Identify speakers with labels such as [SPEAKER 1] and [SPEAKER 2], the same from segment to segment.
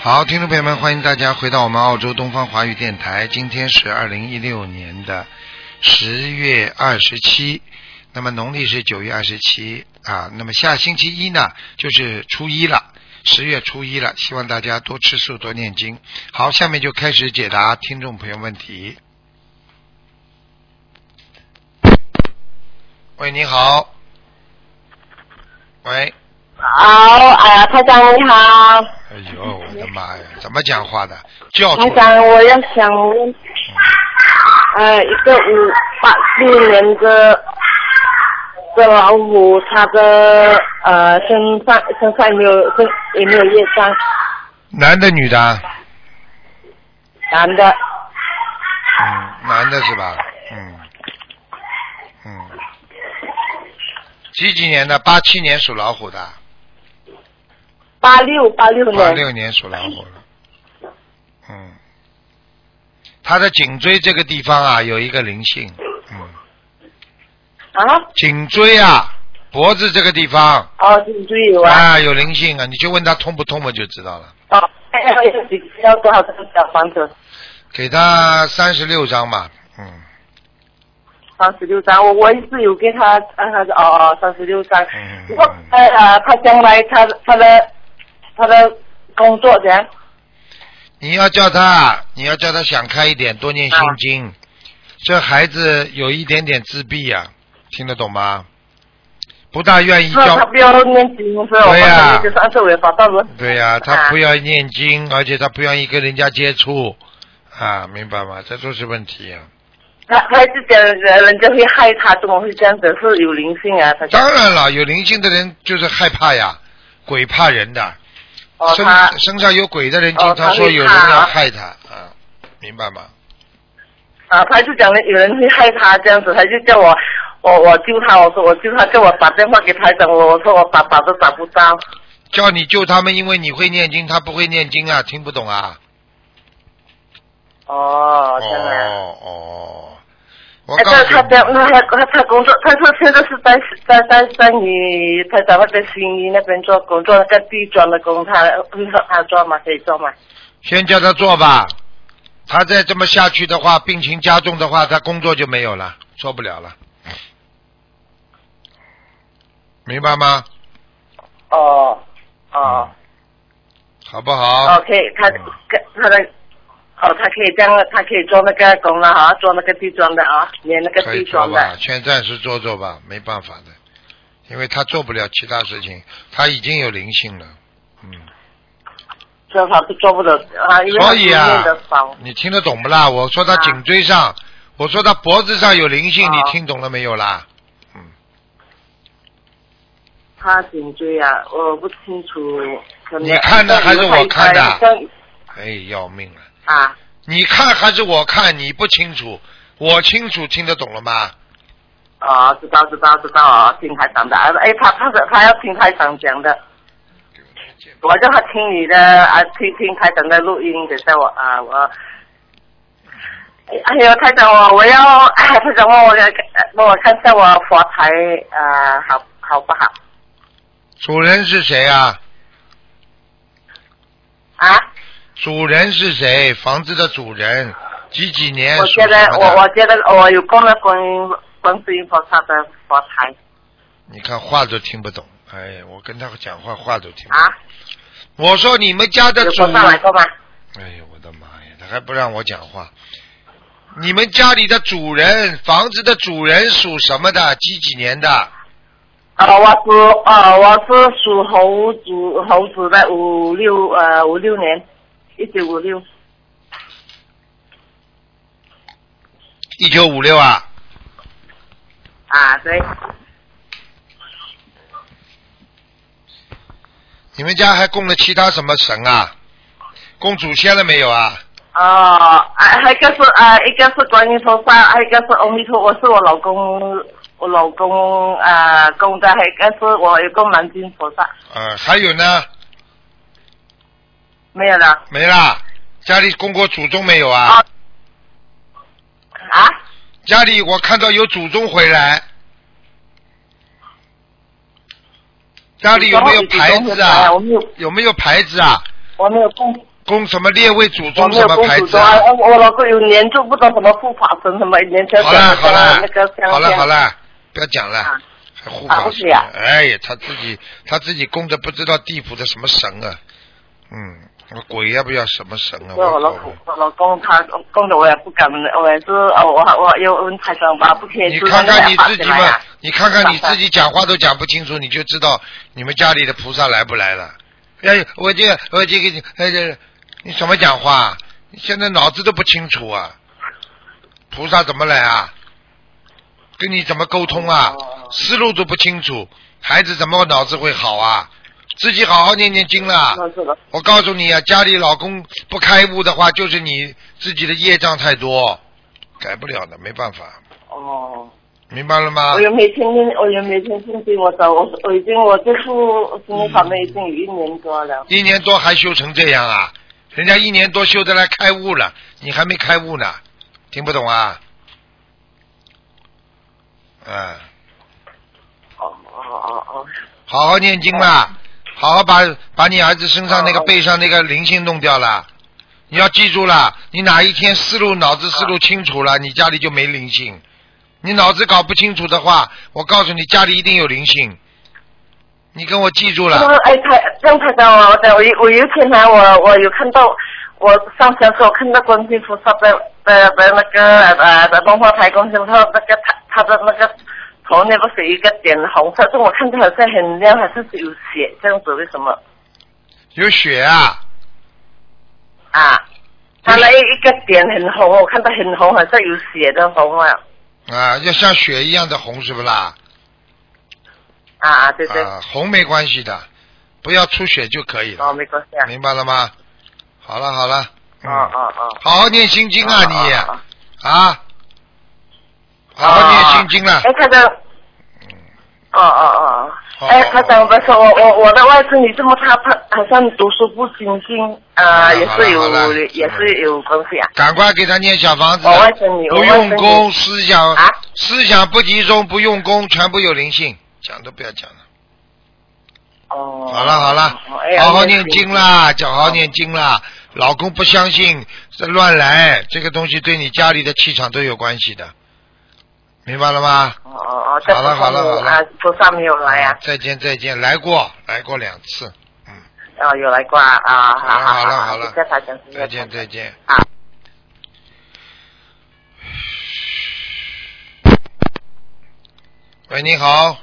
[SPEAKER 1] 好，听众朋友们，欢迎大家回到我们澳洲东方华语电台。今天是二零一六年的十月二十七，那么农历是九月二十七啊。那么下星期一呢，就是初一了，十月初一了。希望大家多吃素，多念经。好，下面就开始解答听众朋友问题。喂，你好。喂，
[SPEAKER 2] 好，哎呀，台长你好，
[SPEAKER 1] 哎呦，我的妈呀，怎么讲话的？叫
[SPEAKER 2] 台
[SPEAKER 1] 出来。
[SPEAKER 2] 长，我要想问，呃，一个五八六年的的老虎，它的呃身上身上有没有身有没有业障？
[SPEAKER 1] 男的女的？啊
[SPEAKER 2] 男的，
[SPEAKER 1] 嗯，男的是吧？嗯，嗯，几几年的？八七年属老虎的，啊
[SPEAKER 2] 八六八六
[SPEAKER 1] 八
[SPEAKER 2] 年，
[SPEAKER 1] 六年属老虎的。嗯，他的颈椎这个地方啊，有一个灵性。嗯，
[SPEAKER 2] 啊，
[SPEAKER 1] 颈椎啊，脖子这个地方
[SPEAKER 2] 哦，颈椎有啊，
[SPEAKER 1] 啊，有灵性啊，你就问他痛不痛嘛，就知道了。
[SPEAKER 2] 哦，还有几要多少张小房子？
[SPEAKER 1] 给他三十六张吧。嗯
[SPEAKER 2] 三十六张，我我一直有给他，让他哦哦三十六张。
[SPEAKER 1] 嗯
[SPEAKER 2] 如果他呃他将来他的他的他的工作怎样？
[SPEAKER 1] 你要叫他，你要叫他想开一点，多念心经。
[SPEAKER 2] 啊
[SPEAKER 1] 这孩子有一点点自闭呀、听得懂吗？不大愿意
[SPEAKER 2] 那他
[SPEAKER 1] 教，
[SPEAKER 2] 不要念经是吧？我
[SPEAKER 1] 对呀
[SPEAKER 2] 就三十五把到了。
[SPEAKER 1] 对呀、他
[SPEAKER 2] 啊
[SPEAKER 1] 不要念经，而且他不愿意跟人家接触，啊，明白吗？这都是问题啊。
[SPEAKER 2] 他他就讲人人家会害他，怎么会这样子？是有灵性啊？他讲
[SPEAKER 1] 当然了，有灵性的人就是害怕呀，鬼怕人的，
[SPEAKER 2] 哦
[SPEAKER 1] 身
[SPEAKER 2] 他
[SPEAKER 1] 身上有鬼的人
[SPEAKER 2] 哦
[SPEAKER 1] 经常说
[SPEAKER 2] 他会
[SPEAKER 1] 有人
[SPEAKER 2] 怕
[SPEAKER 1] 要
[SPEAKER 2] 啊
[SPEAKER 1] 害他啊，明白吗？
[SPEAKER 2] 啊，他就讲了有人会害他这样子，他就叫我我我救他，我说我救他，叫我打电话给台长，我我说我打打都打不到。
[SPEAKER 1] 叫你救他们，因为你会念经，他不会念经啊，听不懂啊。
[SPEAKER 2] 哦，这样啊。
[SPEAKER 1] 哦哦，我
[SPEAKER 2] 哎，
[SPEAKER 1] 告诉
[SPEAKER 2] 他
[SPEAKER 1] 你，
[SPEAKER 2] 他表那他他他工作，他说现在是在在在在你他在那边新一那边做工作，那个地砖的工，他会让他做吗？可以做吗？
[SPEAKER 1] 先叫他做吧。他再这么下去的话，病情加重的话，他工作就没有了，做不了了，明白吗？
[SPEAKER 2] 哦哦
[SPEAKER 1] 嗯，好不好？
[SPEAKER 2] 哦，可以，他
[SPEAKER 1] 嗯
[SPEAKER 2] 跟他的哦，他可以这样，他可以做那个工了啊，做那个地砖的啊，连那个
[SPEAKER 1] 可
[SPEAKER 2] 地
[SPEAKER 1] 以做
[SPEAKER 2] 砖的
[SPEAKER 1] 吧，先暂时做做吧，没办法的，因为他做不了其他事情，他已经有灵性了，嗯。
[SPEAKER 2] 这他不做不了啊，因为他
[SPEAKER 1] 所以啊
[SPEAKER 2] 练的少，
[SPEAKER 1] 你听得懂不啦？我说他
[SPEAKER 2] 啊
[SPEAKER 1] 颈椎上，我说他脖子上有灵性，
[SPEAKER 2] 哦
[SPEAKER 1] 你听懂了没有啦？
[SPEAKER 2] 他颈椎啊，我不清楚，可能
[SPEAKER 1] 你看的还是我看的啊
[SPEAKER 2] 他有
[SPEAKER 1] 哎，要命了！
[SPEAKER 2] 啊。
[SPEAKER 1] 你看还是我看？你不清楚，我清楚，听得懂了吗？
[SPEAKER 2] 哦，知道知道知道哦，听台长的，啊哎，他他他要听台长讲的，我叫他听你的啊，听听台长的录音，等下我啊我，哎哎呦，台长我我要，哎，台长我我要帮我看一下我佛台啊，好好不好
[SPEAKER 1] 主人是谁啊？
[SPEAKER 2] 啊？
[SPEAKER 1] 主人是谁？房子的主人几几年？
[SPEAKER 2] 我觉得
[SPEAKER 1] 属什
[SPEAKER 2] 我
[SPEAKER 1] 么的
[SPEAKER 2] 我觉得我有供了观音观世音菩萨的佛台
[SPEAKER 1] 你看话都听不懂。哎，我跟他讲话话都听不懂。
[SPEAKER 2] 啊，
[SPEAKER 1] 我说你们家的
[SPEAKER 2] 有
[SPEAKER 1] 主
[SPEAKER 2] 菩萨来过吗？
[SPEAKER 1] 哎呦，我的妈呀，他还不让我讲话。你们家里的主人，房子的主人属什么的？几几年的？
[SPEAKER 2] 呃，我是呃，我是属猴子，猴子的五六呃五六年，一九五六
[SPEAKER 1] 一九五六啊。
[SPEAKER 2] 啊，对，
[SPEAKER 1] 你们家还供了其他什么神啊？供祖先了没有啊？
[SPEAKER 2] 哦、呃，还一个是呃，一个是观音菩萨，还有一个是阿弥陀，我是我老公，我老公啊、呃、供的，还有一个是我有个南京菩萨，
[SPEAKER 1] 呃，还有呢？
[SPEAKER 2] 没有了
[SPEAKER 1] 没啦。家里供过祖宗没有啊？
[SPEAKER 2] 啊啊，
[SPEAKER 1] 家里我看到有祖宗回来。家里有没有牌
[SPEAKER 2] 祖宗
[SPEAKER 1] 子
[SPEAKER 2] 回来
[SPEAKER 1] 啊
[SPEAKER 2] 我没有，哎
[SPEAKER 1] 有没有牌子啊？
[SPEAKER 2] 我没有供
[SPEAKER 1] 供什么列位祖宗什么
[SPEAKER 2] 公
[SPEAKER 1] 牌
[SPEAKER 2] 主
[SPEAKER 1] 子
[SPEAKER 2] 装
[SPEAKER 1] 啊？
[SPEAKER 2] 啊，我我老公有年就不知道什么护法神什么年前
[SPEAKER 1] 好了好了
[SPEAKER 2] 那个香
[SPEAKER 1] 好了好
[SPEAKER 2] 了，
[SPEAKER 1] 了，不要讲了
[SPEAKER 2] 啊，
[SPEAKER 1] 还护
[SPEAKER 2] 啊
[SPEAKER 1] 法
[SPEAKER 2] 不是
[SPEAKER 1] 神
[SPEAKER 2] 呀？
[SPEAKER 1] 哎呀，他自己他自己供着不知道地府的什么神啊，嗯，我鬼要不要什么神啊？
[SPEAKER 2] 对我
[SPEAKER 1] 我
[SPEAKER 2] 老
[SPEAKER 1] 靠
[SPEAKER 2] 公，我老公他供的我也不敢，我也是呃我我又问台长吧，不贴
[SPEAKER 1] 你
[SPEAKER 2] 住
[SPEAKER 1] 看看你
[SPEAKER 2] 那个
[SPEAKER 1] 自己
[SPEAKER 2] 发起来
[SPEAKER 1] 吧
[SPEAKER 2] 啊，
[SPEAKER 1] 你看看你自己讲话都讲不清楚，你就知道你们家里的菩萨来不来了。哎，我这个我这个哎这，你怎么讲话？你现在脑子都不清楚啊！菩萨怎么来啊？跟你怎么沟通啊？
[SPEAKER 2] 哦
[SPEAKER 1] 思路都不清楚，孩子怎么脑子会好啊？自己好好念念经啦。
[SPEAKER 2] 那是的，
[SPEAKER 1] 我告诉你啊，家里老公不开悟的话，就是你自己的业障太多，改不了的，没办法。
[SPEAKER 2] 哦。
[SPEAKER 1] 明白了吗
[SPEAKER 2] 我？又没天天，我又没天天对我走，我我已经我这副心
[SPEAKER 1] 嗯
[SPEAKER 2] 理方面已经有一年多了。
[SPEAKER 1] 一年多还修成这样啊？人家一年多修得来开悟了，你还没开悟呢，听不懂啊？嗯，
[SPEAKER 2] 哦哦哦哦，
[SPEAKER 1] 好好念经啦，好好把把你儿子身上那个背上那个灵性弄掉了。你要记住了，你哪一天思路脑子思路清楚了，你家里就没灵性。你脑子搞不清楚的话，我告诉你，家里一定有灵性。你跟我记住了。
[SPEAKER 2] 那哎，他让他到我的，我有我有一天呢，我我有看到，我上香时候看到观世音菩萨的的的那个呃的东方台观世音菩萨那个他他的那个头那不是有一个点红色，但我看着好像很亮，好像是有血这样子，为什么
[SPEAKER 1] 有血啊！
[SPEAKER 2] 啊？他那一一个点很红，我看到很红，好像有血的红啊
[SPEAKER 1] 啊，要像血一样的红，是不啦？
[SPEAKER 2] 啊，对对，
[SPEAKER 1] 啊，红没关系的，不要出血就可以了，
[SPEAKER 2] 哦，没关系啊。
[SPEAKER 1] 明白了吗？好了好了，嗯，
[SPEAKER 2] 哦哦哦。
[SPEAKER 1] 好好念心经啊你
[SPEAKER 2] 哦哦
[SPEAKER 1] 啊，
[SPEAKER 2] 哦
[SPEAKER 1] 好好念心经了，
[SPEAKER 2] 哎，台长。哦哦
[SPEAKER 1] 好
[SPEAKER 2] 哦。哎，
[SPEAKER 1] 好
[SPEAKER 2] 台长，不是我我我的外甥女这么她她好像读书不精进，
[SPEAKER 1] 好
[SPEAKER 2] 啊，
[SPEAKER 1] 了
[SPEAKER 2] 也是
[SPEAKER 1] 好了好
[SPEAKER 2] 有
[SPEAKER 1] 了嗯
[SPEAKER 2] 也是有关系啊。
[SPEAKER 1] 赶快给他念小房子
[SPEAKER 2] 我，外甥女，我
[SPEAKER 1] 不
[SPEAKER 2] 外
[SPEAKER 1] 用
[SPEAKER 2] 甥
[SPEAKER 1] 功，
[SPEAKER 2] 女。
[SPEAKER 1] 思想
[SPEAKER 2] 啊
[SPEAKER 1] 思想不集中，不用功，全部有灵性，讲都不要讲了。
[SPEAKER 2] 哦。
[SPEAKER 1] 好了好了
[SPEAKER 2] 哦哎，呀
[SPEAKER 1] 好好念经啦，讲好好念经啦。老公不相信，这乱来，这个东西对你家里的气场都有关系的，明白了吗？
[SPEAKER 2] 哦哦哦，在
[SPEAKER 1] 好了好了好了
[SPEAKER 2] 菩萨没有啊，菩萨没有来啊，
[SPEAKER 1] 再见再见，来过来过两次。
[SPEAKER 2] 哦，有来过啊，啊，好
[SPEAKER 1] 了好了
[SPEAKER 2] 好
[SPEAKER 1] 好了
[SPEAKER 2] 谢谢台长，谢谢
[SPEAKER 1] 再见
[SPEAKER 2] 台长
[SPEAKER 1] 再见。
[SPEAKER 2] 啊。
[SPEAKER 1] 喂，你好，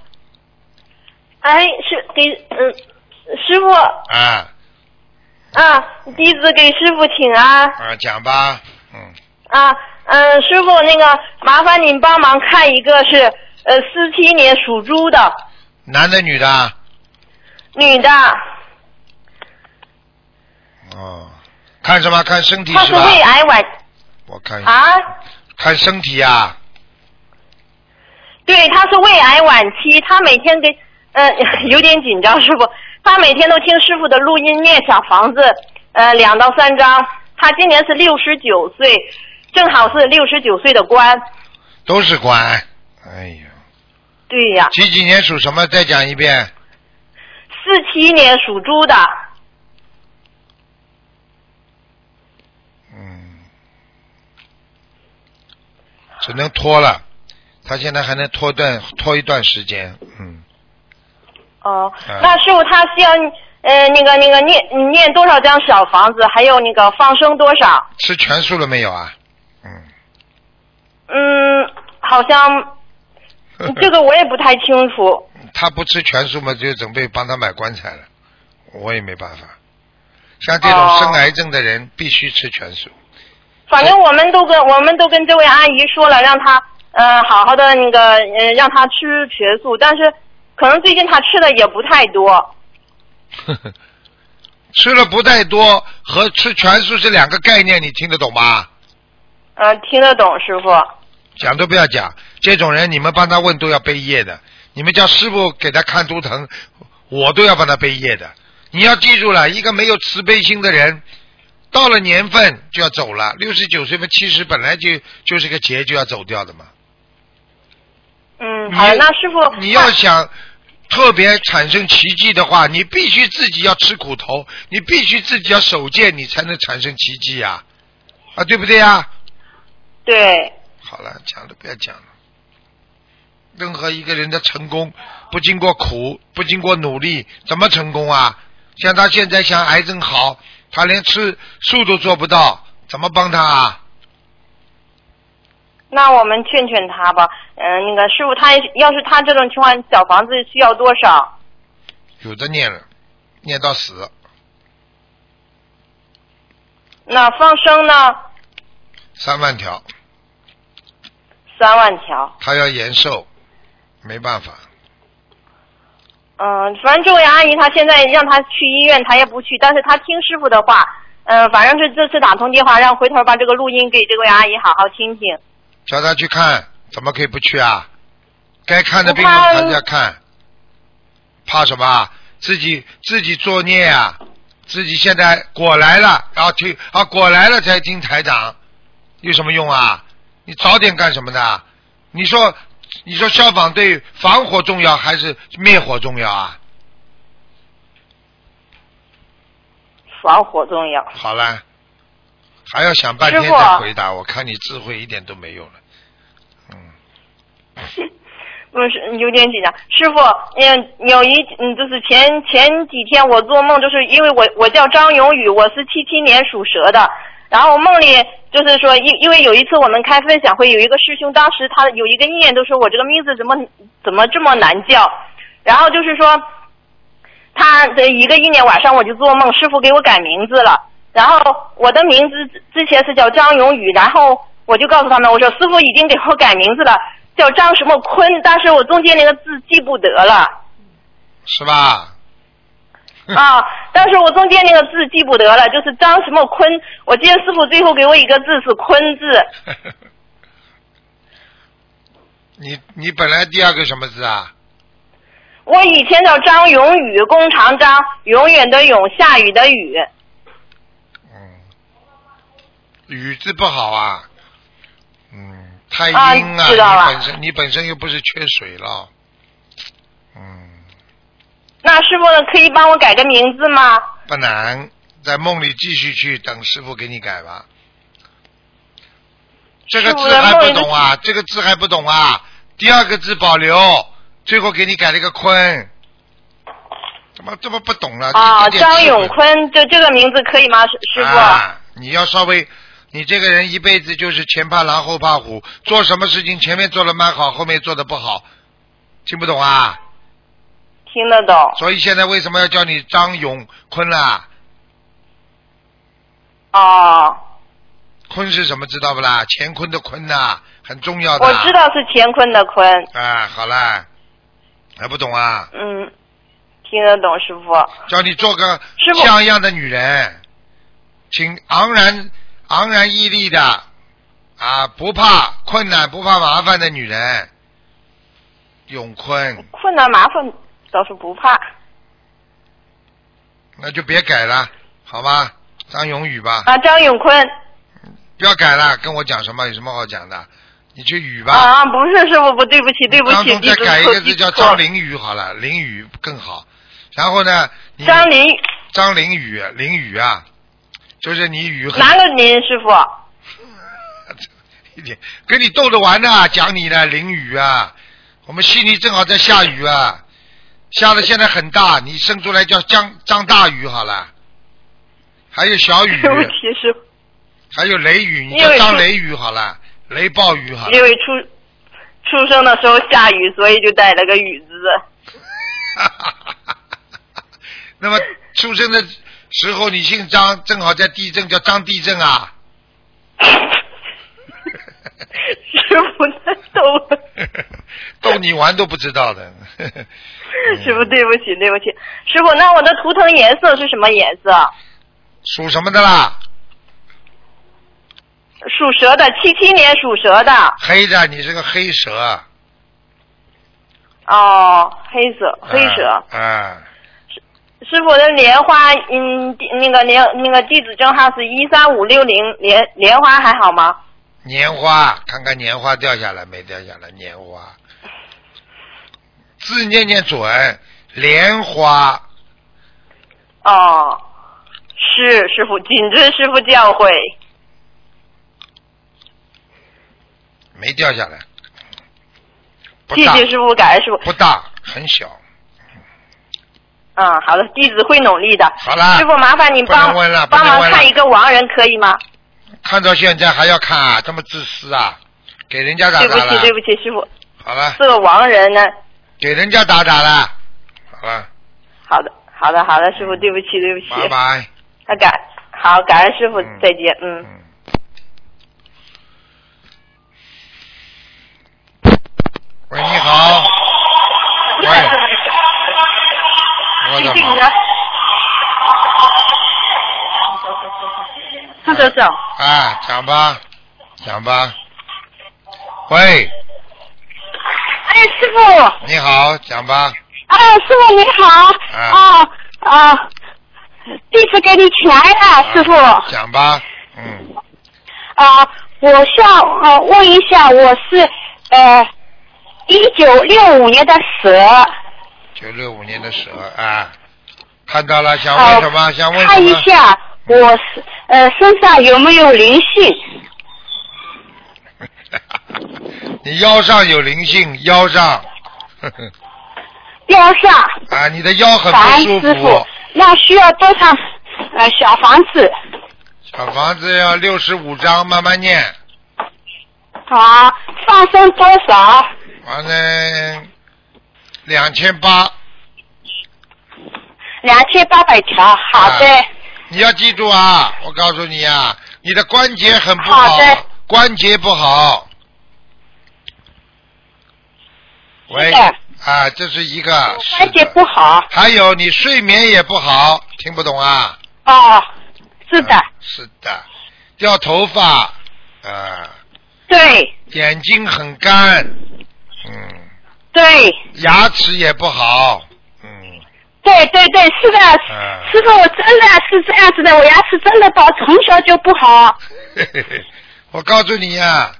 [SPEAKER 3] 哎，师给嗯，师傅
[SPEAKER 1] 啊
[SPEAKER 3] 啊，弟子给师傅请安
[SPEAKER 1] 啊，讲吧，嗯，
[SPEAKER 3] 啊，嗯，师傅那个麻烦您帮忙看一个是呃四七年属猪的
[SPEAKER 1] 男的女的啊？
[SPEAKER 3] 女的，
[SPEAKER 1] 哦，看什么？看身体
[SPEAKER 3] 她
[SPEAKER 1] 是
[SPEAKER 3] 是
[SPEAKER 1] 吧？嗯
[SPEAKER 3] 胃癌晚
[SPEAKER 1] 我看一下，
[SPEAKER 3] 啊，
[SPEAKER 1] 看身体啊。
[SPEAKER 3] 对，她是胃癌晚期，她每天给呃 有点紧张，师傅，她每天都听师傅的录音念小房子呃两到三章，她今年是六十九岁，正好是六十九岁的关，
[SPEAKER 1] 都是官。哎呦，
[SPEAKER 3] 对呀，
[SPEAKER 1] 几几年属什么？再讲一遍。
[SPEAKER 3] 四七年属猪的。
[SPEAKER 1] 嗯，只能拖了。他现在还能拖段拖一段时间。嗯，
[SPEAKER 3] 哦
[SPEAKER 1] 嗯，
[SPEAKER 3] 那师傅他需要呃那个那个念你念多少张小房子，还有那个放生多少？
[SPEAKER 1] 吃全素了没有啊？嗯，
[SPEAKER 3] 嗯，好像这个我也不太清楚。
[SPEAKER 1] 他不吃全素嘛，就准备帮他买棺材了。我也没办法。像这种
[SPEAKER 3] 哦
[SPEAKER 1] 生癌症的人，必须吃全素。
[SPEAKER 3] 反正我们都跟我们都跟这位阿姨说了，让她呃好好的那个呃让她吃全素，但是可能最近她吃的也不太多。
[SPEAKER 1] 吃了不太多和吃全素是两个概念，你听得懂吗？
[SPEAKER 3] 嗯、听得懂师傅。
[SPEAKER 1] 讲都不要讲，这种人你们帮他问都要背业的，你们叫师傅给他看图腾，我都要帮他背业的。你要记住了，一个没有慈悲心的人，到了年份就要走了，六十九岁嘛，七十本来就就是个劫就要走掉的嘛。
[SPEAKER 3] 嗯，
[SPEAKER 1] 你
[SPEAKER 3] 好，那师傅
[SPEAKER 1] 你要想特别产生奇迹的话，你必须自己要吃苦头，你必须自己要守戒，你才能产生奇迹呀、啊，对不对呀、
[SPEAKER 3] 对，
[SPEAKER 1] 好了，讲都不要讲了。任何一个人的成功，不经过苦，不经过努力，怎么成功啊？像他现在想癌症好，他连吃素都做不到，怎么帮他啊？
[SPEAKER 3] 那我们劝劝他吧。嗯、那个师傅，他要是他这种情况，小房子需要多少？
[SPEAKER 1] 有的念了，念到死，
[SPEAKER 3] 那放生呢？
[SPEAKER 1] 三万条，
[SPEAKER 3] 三万条。
[SPEAKER 1] 他要延寿，没办法。
[SPEAKER 3] 嗯、反正这位阿姨她现在让她去医院，她也不去，但是她听师傅的话，嗯、反正是这次打通电话，让回头把这个录音给这位阿姨好好听听。
[SPEAKER 1] 叫他去看，怎么可以不去啊？该看的病人
[SPEAKER 3] 我怕
[SPEAKER 1] 他就要看，怕什么啊？自己自己作孽啊！自己现在果来了，然后去啊果来了才听台长，有什么用啊？你早点干什么呢？你说你说消防对防火重要还是灭火重要啊？
[SPEAKER 3] 防火重要。
[SPEAKER 1] 好了，还要想半天
[SPEAKER 3] 师傅
[SPEAKER 1] 再回答，我看你智慧一点都没有了。嗯，
[SPEAKER 3] 嗯，是有点紧张。师傅，嗯，有一嗯，就是前前几天我做梦，就是因为我我叫张永宇，我是七七年属蛇的。然后我梦里就是说，因因为有一次我们开分享会，有一个师兄，当时他有一个念，就说我这个名字怎么怎么这么难叫。然后就是说，他的一个意念晚上我就做梦，师傅给我改名字了。然后我的名字之之前是叫张永宇，然后我就告诉他们，我说师傅已经给我改名字了，叫张什么坤，但是我中间那个字记不得了
[SPEAKER 1] 是吧？嗯
[SPEAKER 3] 啊，但是我中间那个字记不得了，就是张什么坤。我记得师傅最后给我一个字是坤字，
[SPEAKER 1] 你你本来第二个什么字啊？
[SPEAKER 3] 我以前叫张永宇，弓长张，永远的永，下雨的雨。
[SPEAKER 1] 嗯，雨字不好啊。嗯，太阴
[SPEAKER 3] 啊知道
[SPEAKER 1] 啊
[SPEAKER 3] 了
[SPEAKER 1] 你本身你本身又不是缺水了。嗯，
[SPEAKER 3] 那师傅可以帮我改个名字吗？
[SPEAKER 1] 不难，在梦里继续去等师傅给你改吧。这个字还不懂啊，这个字还不懂啊，第二个字保留，最后给你改了一个坤，怎么这么不懂了？
[SPEAKER 3] 啊，
[SPEAKER 1] 一点智
[SPEAKER 3] 张
[SPEAKER 1] 慧
[SPEAKER 3] 永坤，就这个名字可以吗，师师傅？
[SPEAKER 1] 啊，你要稍微，你这个人一辈子就是前怕狼后怕虎，做什么事情前面做的蛮好，后面做的不好，听不懂啊？
[SPEAKER 3] 听得懂
[SPEAKER 1] 所以现在为什么要叫你张永坤啊啦？
[SPEAKER 3] 哦。
[SPEAKER 1] 坤是什么知道不啦？乾坤的坤呐、很重要的。
[SPEAKER 3] 我知。道是乾坤的坤，
[SPEAKER 1] 啊，好啦，还不懂啊？
[SPEAKER 3] 嗯，听得懂师傅。
[SPEAKER 1] 叫你做个
[SPEAKER 3] 师傅
[SPEAKER 1] 像样的女人，请昂然昂然屹立的啊，不怕困难、不怕麻烦的女人。永坤，
[SPEAKER 3] 困难麻烦倒是不怕。
[SPEAKER 1] 那就别改了，好吧？张永宇吧，
[SPEAKER 3] 啊，张永坤
[SPEAKER 1] 不要改了，跟我讲什么？有什么好讲的？你去宇吧。
[SPEAKER 3] 啊，不是师傅，不对不起，对不
[SPEAKER 1] 当
[SPEAKER 3] 起，
[SPEAKER 1] 中
[SPEAKER 3] 弟
[SPEAKER 1] 再
[SPEAKER 3] 子
[SPEAKER 1] 改一
[SPEAKER 3] 错
[SPEAKER 1] 个字
[SPEAKER 3] 记
[SPEAKER 1] 叫
[SPEAKER 3] 错
[SPEAKER 1] 张凌宇好了，凌宇更好。然后呢，你
[SPEAKER 3] 张林，
[SPEAKER 1] 张凌宇，凌宇啊，就是你宇很
[SPEAKER 3] 哪个林师傅？
[SPEAKER 1] 一点，跟你逗着玩呢、讲你呢，淋雨啊，我们悉尼正好在下雨啊，下的现在很大，你生出来叫张张大雨好了，还有小雨
[SPEAKER 3] 对，不起师傅，
[SPEAKER 1] 还有雷雨，你
[SPEAKER 3] 因
[SPEAKER 1] 叫
[SPEAKER 3] 为
[SPEAKER 1] 张
[SPEAKER 3] 是
[SPEAKER 1] 雷雨好了，雷暴雨好
[SPEAKER 3] 因
[SPEAKER 1] 了，
[SPEAKER 3] 为出出生的时候下雨，所以就带了个雨 字。
[SPEAKER 1] 那么出生的时候你姓张，正好在地震，叫张地震啊。
[SPEAKER 3] 师傅太逗了。
[SPEAKER 1] 逗你玩都不知道的，
[SPEAKER 3] 师傅，对不起，对不起，师傅，那我的图腾颜色是什么颜色？
[SPEAKER 1] 属什么的啦？
[SPEAKER 3] 属蛇的，七七年属蛇的。
[SPEAKER 1] 黑的，你是个黑蛇。
[SPEAKER 3] 哦，黑色，黑蛇。
[SPEAKER 1] 啊、啊
[SPEAKER 3] 师傅的莲花，嗯，地那个莲那个地址证号是一三五六零，莲莲花还好吗？
[SPEAKER 1] 年花，看看年花掉下来没掉下来？年花，字念念准，莲花。
[SPEAKER 3] 哦，是师傅，谨遵师傅教诲。
[SPEAKER 1] 没掉下来，不
[SPEAKER 3] 谢
[SPEAKER 1] 大，
[SPEAKER 3] 谢师傅，感恩师傅。
[SPEAKER 1] 不大，很小。
[SPEAKER 3] 嗯，好的，弟子会努力的。
[SPEAKER 1] 好啦
[SPEAKER 3] 师，傅，麻烦您
[SPEAKER 1] 不能
[SPEAKER 3] 帮
[SPEAKER 1] 问了不
[SPEAKER 3] 帮
[SPEAKER 1] 能
[SPEAKER 3] 忙
[SPEAKER 1] 问了
[SPEAKER 3] 看一个亡人，可以吗？
[SPEAKER 1] 看到现在还要看啊，这么自私啊，给人家打
[SPEAKER 3] 对不
[SPEAKER 1] 打
[SPEAKER 3] 起，对
[SPEAKER 1] 了，
[SPEAKER 3] 不起，师傅，
[SPEAKER 1] 好了，
[SPEAKER 3] 这个亡人呢？
[SPEAKER 1] 给人家打打了，好了，
[SPEAKER 3] 好的，好的，好的，师傅，对不起，对不起。
[SPEAKER 1] 拜拜。
[SPEAKER 3] 啊，感好，感恩师傅，
[SPEAKER 1] 嗯
[SPEAKER 3] 再见，嗯。
[SPEAKER 1] 嗯。喂，你好。喂，我的妈！
[SPEAKER 3] 嗯
[SPEAKER 4] 康先生，
[SPEAKER 1] 啊，讲吧，讲吧。喂，
[SPEAKER 4] 哎，师傅，
[SPEAKER 1] 你好，讲吧。
[SPEAKER 4] 哎，师傅你好，
[SPEAKER 1] 啊
[SPEAKER 4] 啊啊，弟子给你请来了，师傅，
[SPEAKER 1] 啊讲吧，嗯，
[SPEAKER 4] 啊，我想呃问一下，我是呃一九六五年的蛇，
[SPEAKER 1] 九六五年的蛇啊，看到了，想
[SPEAKER 4] 啊
[SPEAKER 1] 问什么？嗯想问什
[SPEAKER 4] 看一
[SPEAKER 1] 么？
[SPEAKER 4] 下我是呃身上有没有灵性？
[SPEAKER 1] 你腰上有灵性，腰上，
[SPEAKER 4] 腰上，
[SPEAKER 1] 啊，你的腰很
[SPEAKER 4] 感恩
[SPEAKER 1] 不舒
[SPEAKER 4] 师
[SPEAKER 1] 服
[SPEAKER 4] 傅，，那需要多少呃小房子？
[SPEAKER 1] 小房子要六十五张，慢慢念。
[SPEAKER 4] 啊，放生多少？
[SPEAKER 1] 完了，两千八。
[SPEAKER 4] 两千八百条，好的。
[SPEAKER 1] 啊你要记住啊，我告诉你啊，你的关节很不好，
[SPEAKER 4] 好的
[SPEAKER 1] 关节不好。喂
[SPEAKER 4] 是的，
[SPEAKER 1] 啊，这是一个是
[SPEAKER 4] 关节
[SPEAKER 1] 的
[SPEAKER 4] 不好
[SPEAKER 1] 还有你睡眠也不好，听不懂啊？
[SPEAKER 4] 哦，是的，
[SPEAKER 1] 啊是的，掉头发，啊，
[SPEAKER 4] 对
[SPEAKER 1] 眼睛很干，嗯，
[SPEAKER 4] 对
[SPEAKER 1] 牙齿也不好， 嗯，
[SPEAKER 4] 对对对，是的，
[SPEAKER 1] 啊
[SPEAKER 4] 师傅，我真的是这样子的，我牙齿真的不好，从小就不好。
[SPEAKER 1] 嘿嘿嘿，我告诉你啊，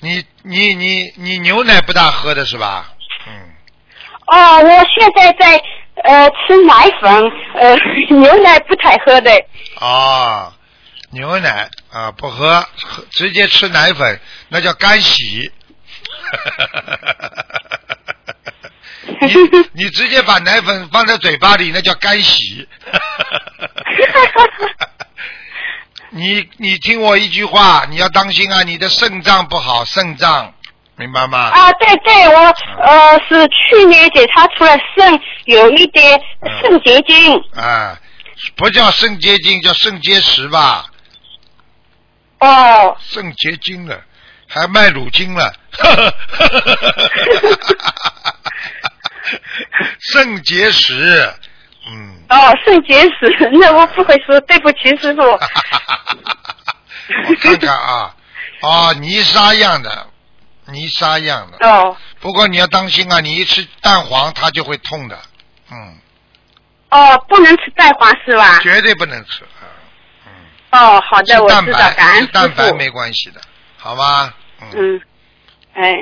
[SPEAKER 1] 你你你你牛奶不大喝的是吧？嗯，
[SPEAKER 4] 哦，我现在在呃吃奶粉，呃 牛奶不太喝的。
[SPEAKER 1] 哦，牛奶啊不喝，喝直接吃奶粉，那叫干洗。你你直接把奶粉放在嘴巴里，那叫干洗。 你你听我一句话，你要当心啊，你的肾脏不好，肾脏明白吗？
[SPEAKER 4] 啊，对对，我
[SPEAKER 1] 嗯
[SPEAKER 4] 呃是去年检查出来肾有一点
[SPEAKER 1] 嗯
[SPEAKER 4] 肾结晶。
[SPEAKER 1] 啊，不叫肾结晶，叫肾结石吧，
[SPEAKER 4] 哦，
[SPEAKER 1] 肾结晶了，还卖乳精 了，肾结石， 嗯，
[SPEAKER 4] 哦，肾结石， 那我不会说，对不起，师傅。
[SPEAKER 1] 我看看啊，哦，泥沙样的，泥沙样的，
[SPEAKER 4] 哦
[SPEAKER 1] 不过你要当心啊，你一吃蛋黄它就会痛的，嗯，
[SPEAKER 4] 哦，不能吃蛋黄是吧？
[SPEAKER 1] 绝对不能吃啊，
[SPEAKER 4] 哦，好
[SPEAKER 1] 吃
[SPEAKER 4] 的，我
[SPEAKER 1] 蛋
[SPEAKER 4] 知道，感
[SPEAKER 1] 白，
[SPEAKER 4] 恩
[SPEAKER 1] 吃
[SPEAKER 4] 师
[SPEAKER 1] 蛋白没
[SPEAKER 4] 傅。
[SPEAKER 1] 关系的，好吗？嗯，
[SPEAKER 4] 嗯，哎，